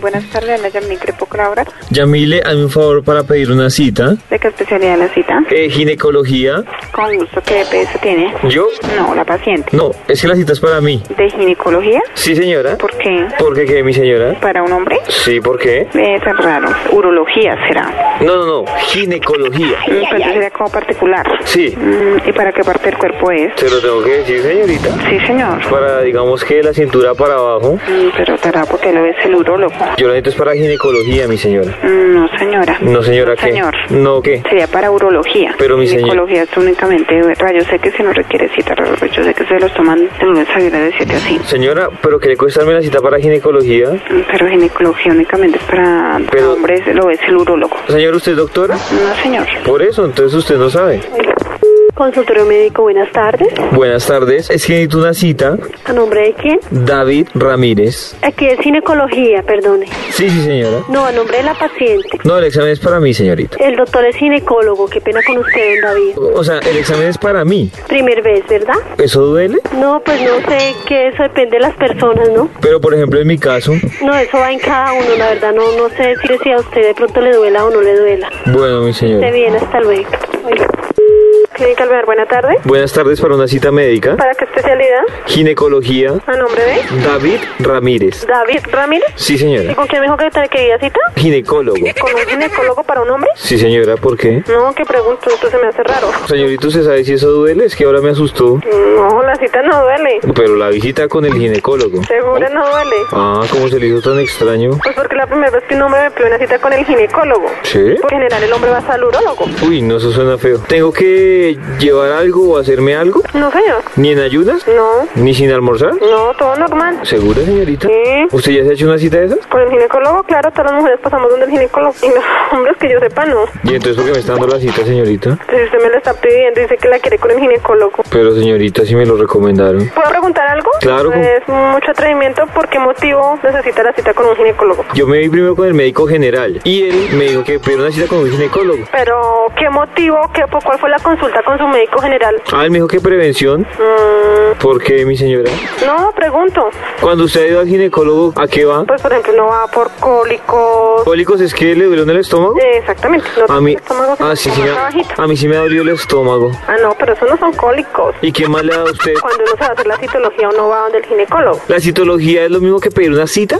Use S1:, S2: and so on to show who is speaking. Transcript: S1: Buenas tardes, la Yamil Crepo colaborar.
S2: Yamile, hazme un favor para pedir una cita.
S1: ¿De qué especialidad necesita?
S2: Eh, ginecología.
S1: Con gusto, ¿qué EPS tiene?
S2: ¿Yo?
S1: No, la paciente.
S2: No, es que la cita es para mí.
S1: ¿De ginecología?
S2: Sí, señora.
S1: ¿Por qué?
S2: ¿Por qué qué, mi señora?
S1: ¿Para un hombre?
S2: Sí, ¿por qué?
S1: Eh, tan raro. Urología será.
S2: No, no, no. Ginecología.
S1: Mm, Pero eso sería como particular.
S2: Sí,
S1: Mm, ¿Y para qué parte del cuerpo es?
S2: se lo tengo que decir, señorita.
S1: Sí, señor.
S2: Para, digamos que la cintura para abajo.
S1: Mm, Pero tará, porque lo es el urólogo.
S2: Yo la necesito es para ginecología, mi señora.
S1: Mm, No, señora.
S2: No, señora,
S1: No,
S2: ¿qué?
S1: señor.
S2: No, ¿qué?
S1: Sería para urología.
S2: Pero, mi señor-
S1: Ginecología es únicamente rayos sé que se nos requiere cita rayos Yo sé que se los toman de lunes a viernes de 7 a 5.
S2: Señora, ¿pero qué le cuesta darme la cita para ginecología?
S1: Pero ginecología únicamente es para para
S2: Pero-
S1: hombres, lo es el urólogo.
S2: Señora, ¿usted es doctora?
S1: No, señor.
S2: Por eso, entonces usted no sabe.
S3: Consultorio médico, buenas tardes.
S2: Buenas tardes. Es que necesito una cita.
S3: ¿A nombre de quién?
S2: David Ramírez.
S3: Aquí es ginecología, perdone.
S2: Sí, sí, señora.
S3: No, a nombre de la paciente.
S2: No, el examen es para mí, señorita.
S3: El doctor es ginecólogo, qué pena con usted, don David.
S2: O sea, el examen es para mí.
S3: Primer vez, ¿verdad?
S2: ¿Eso duele?
S3: No, pues no sé, que eso depende de las personas, ¿no?
S2: Pero, por ejemplo, en mi caso,
S3: No, eso va en cada uno, la verdad, no, no sé decir si a usted de pronto le duela o no le duela.
S2: bueno, mi
S3: Esté
S2: señora.
S3: bien, hasta luego. Oiga.
S1: Clínica Alvear, buena tarde.
S2: Buenas tardes para una cita médica.
S1: ¿Para qué especialidad?
S2: Ginecología,
S1: ¿A nombre de?
S2: David Ramírez.
S1: David Ramírez.
S2: Sí,
S1: ¿Y
S2: señora.
S1: con quién mejor que tener que ir a cita?
S2: Ginecólogo.
S1: ¿Con un ginecólogo para un hombre?
S2: Sí, señora, ¿por qué?
S1: No, que pregunto, esto se me hace raro.
S2: Señorita, ¿usted sabe si eso duele? Es que ahora me asustó.
S1: No, la cita no duele.
S2: Pero la visita con el ginecólogo.
S1: Seguro no duele.
S2: Ah, ¿cómo se le hizo tan extraño?
S1: Pues porque la primera vez que un hombre me pide una cita con el ginecólogo.
S2: ¿Sí?
S1: Por general el hombre va hasta el urólogo.
S2: Uy, no, eso suena feo. ¿Tengo que llevar algo o hacerme algo?
S1: No, señor.
S2: ¿Ni en ayunas?
S1: No,
S2: ¿Ni sin almorzar?
S1: no, todo normal.
S2: ¿Segura, señorita?
S1: Sí.
S2: ¿Usted ya se ha hecho una cita de esas?
S1: Con el ginecólogo, claro, todas las mujeres pasamos donde el ginecólogo. Y los hombres que yo sepa, no.
S2: ¿Y entonces por qué me está dando la cita, señorita?
S1: Si usted me la está pidiendo, dice que la quiere con el ginecólogo.
S2: Pero, señorita, sí me lo recomendaron.
S1: ¿Puedo preguntar algo?
S2: Claro.
S1: Es mucho atrevimiento. ¿Por qué motivo necesita la cita con un ginecólogo?
S2: Yo me vi primero con el médico general y él me dijo que pidiera una cita con un ginecólogo.
S1: Pero, ¿qué motivo? ¿Qué, por ¿Cuál fue la consulta con su médico general?
S2: Ah, él me dijo que prevención.
S1: Mm,
S2: ¿Por qué, mi señora?
S1: no, pregunto.
S2: Cuando usted ha ido al ginecólogo, ¿a qué va?
S1: Pues, por ejemplo, no va por cólicos.
S2: ¿Cólicos es que le duele en el estómago?
S1: Eh, exactamente. No
S2: A mí,
S1: el estómago
S2: ah, sí, sí me,
S1: está bajito.
S2: a mí sí me ha dolido el estómago.
S1: Ah, no, pero eso no son cólicos.
S2: ¿Y qué más le da a usted?
S1: Cuando uno se va a hacer la citología, uno va donde el ginecólogo.
S2: ¿La citología es lo mismo que pedir una cita?